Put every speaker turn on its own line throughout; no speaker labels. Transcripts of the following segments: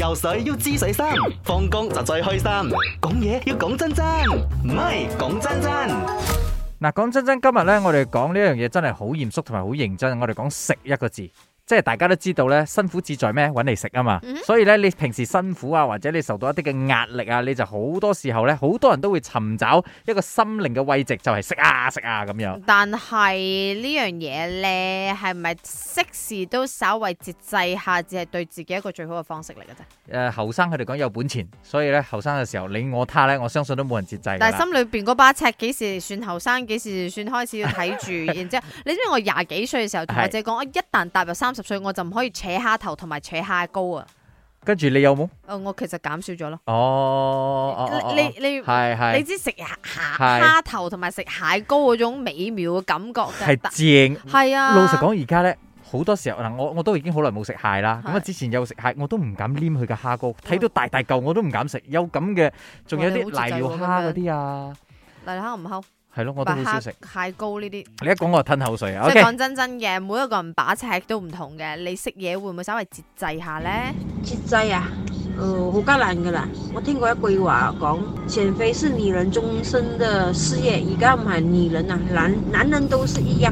游水要知水深，放工就最開心。講嘢要講真真，唔係講真真。
嗱，講真真，今日咧，我哋講呢樣嘢真係好嚴肅同埋好認真。我哋講食一個字，即係大家都知道咧，辛苦志在咩？揾嚟食啊嘛。
嗯
所以咧，你平時辛苦啊，或者你受到一啲嘅壓力啊，你就好多時候咧，好多人都會尋找一個心靈嘅慰藉，就係食啊食啊咁樣。
但係呢樣嘢咧，係咪適時都稍為節制下，只係對自己一個最好嘅方式嚟嘅啫？
誒、後生佢哋講有本錢，所以咧後生嘅時候你我他咧，我相信都冇人節制㗎啦。
但係心裏邊嗰把尺幾時算後生，幾時算開始要睇 住，然之後你知唔知我廿幾歲嘅時候同我姐講，我一旦踏入三十歲，我就唔可以扯蝦頭同埋扯蝦膏啊！
跟住你有冇？
誒，我其實減少咗咯。
哦哦，哦哦
你你你
係係
你知食蝦
係
蝦頭同埋食蟹膏嗰種美妙嘅感覺嘅，但
係正。
係啊，
老實講，而家咧好多時候嗱，我我都已經好耐冇食蟹啦。咁啊，
係
之前有食蟹，我都唔敢黏佢嘅蝦膏，睇到大大嚿我都唔敢食。有咁嘅，仲有啲
哇
瀨
你好
尿
節制喎
蝦嗰啲啊，
嗱，你蝦唔蝦？
係咯，我都
白
好少
蝦
食。
蟹膏呢啲。
你一講我就吞口水啊。
即
OK，
係講真真嘅，每一個人把尺都唔同嘅，你食嘢會唔會稍微節制下呢？
節制啊，呃，好艱難噶啦。我聽過一句話講，減肥是女人終身的事業，而家唔係女人啊，男男人都是一樣。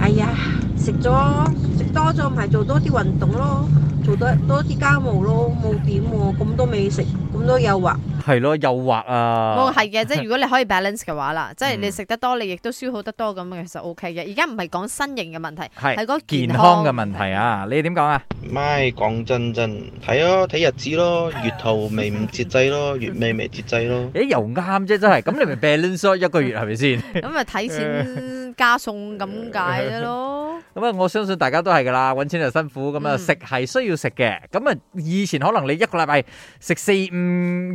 哎呀，食咗食多咗，咪做多啲運動咯，做多多啲家務咯，冇點喎，咁多美食，咁多誘惑。
係咯，誘惑
冇
啊。
係嘅，即係如果你可以 balance 嘅話啦，即係你
嗯
食得多，你亦都消耗得多，咁其實 OK 嘅。而家唔係講身形嘅問題，
係
係嗰個
健康嘅問題。啊，你點講啊？
咪講真真，睇咯睇日子咯，月頭咪唔節制咯，月尾咪節制咯。
誒又啱啫，真係。咁你咪 balance 咗一個月係咪先？
咁咪睇錢加餸咁解嘅咯。
咁啊，我相信大家都係噶啦，揾錢就辛苦，咁啊
嗯
食係需要食嘅。咁啊，以前可能你一個禮拜食四五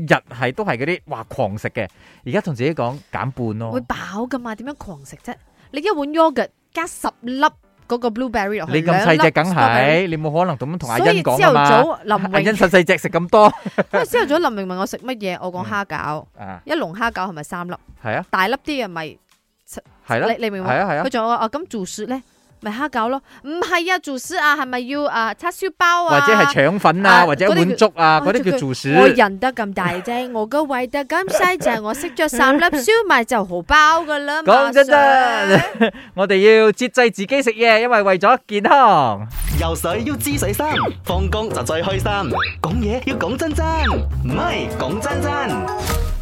日係都係嗰啲哇狂食嘅，而家同自己講減半
會
咯。
飽噶嘛？點樣狂食啫？你一碗 yogurt 加十粒嗰個 blueberry 落去，
你咁
兩
細
粒
隻梗
strawberry
係，你冇可能咁同阿
所
欣
以
講啊
朝頭
嘛。
早林
阿
榮
欣細細隻食咁多
因為朝頭早林明問我食乜嘢，我講蝦餃，
啊，
一籠蝦餃係咪三粒？
係啊，
大粒啲嘅咪
係啦，
你你明唔明
係啊係啊
佢，仲有啊咁做雪咧，咪蝦餃咯？唔係啊，做雪啊，係咪要啊叉燒包啊？
或者係腸粉啊，
啊
或者碗粥啊，
嗰
嗰
啲
啲
叫
叫做鼠。
我人得咁大啫， 我個胃得咁細就係我食咗三粒燒賣就荷包噶啦。
講真真
馬上，
我哋要節制自己食嘢，因為為咗健康。
游水要知水深，放工就最開心。講嘢要講真真，唔係講真真。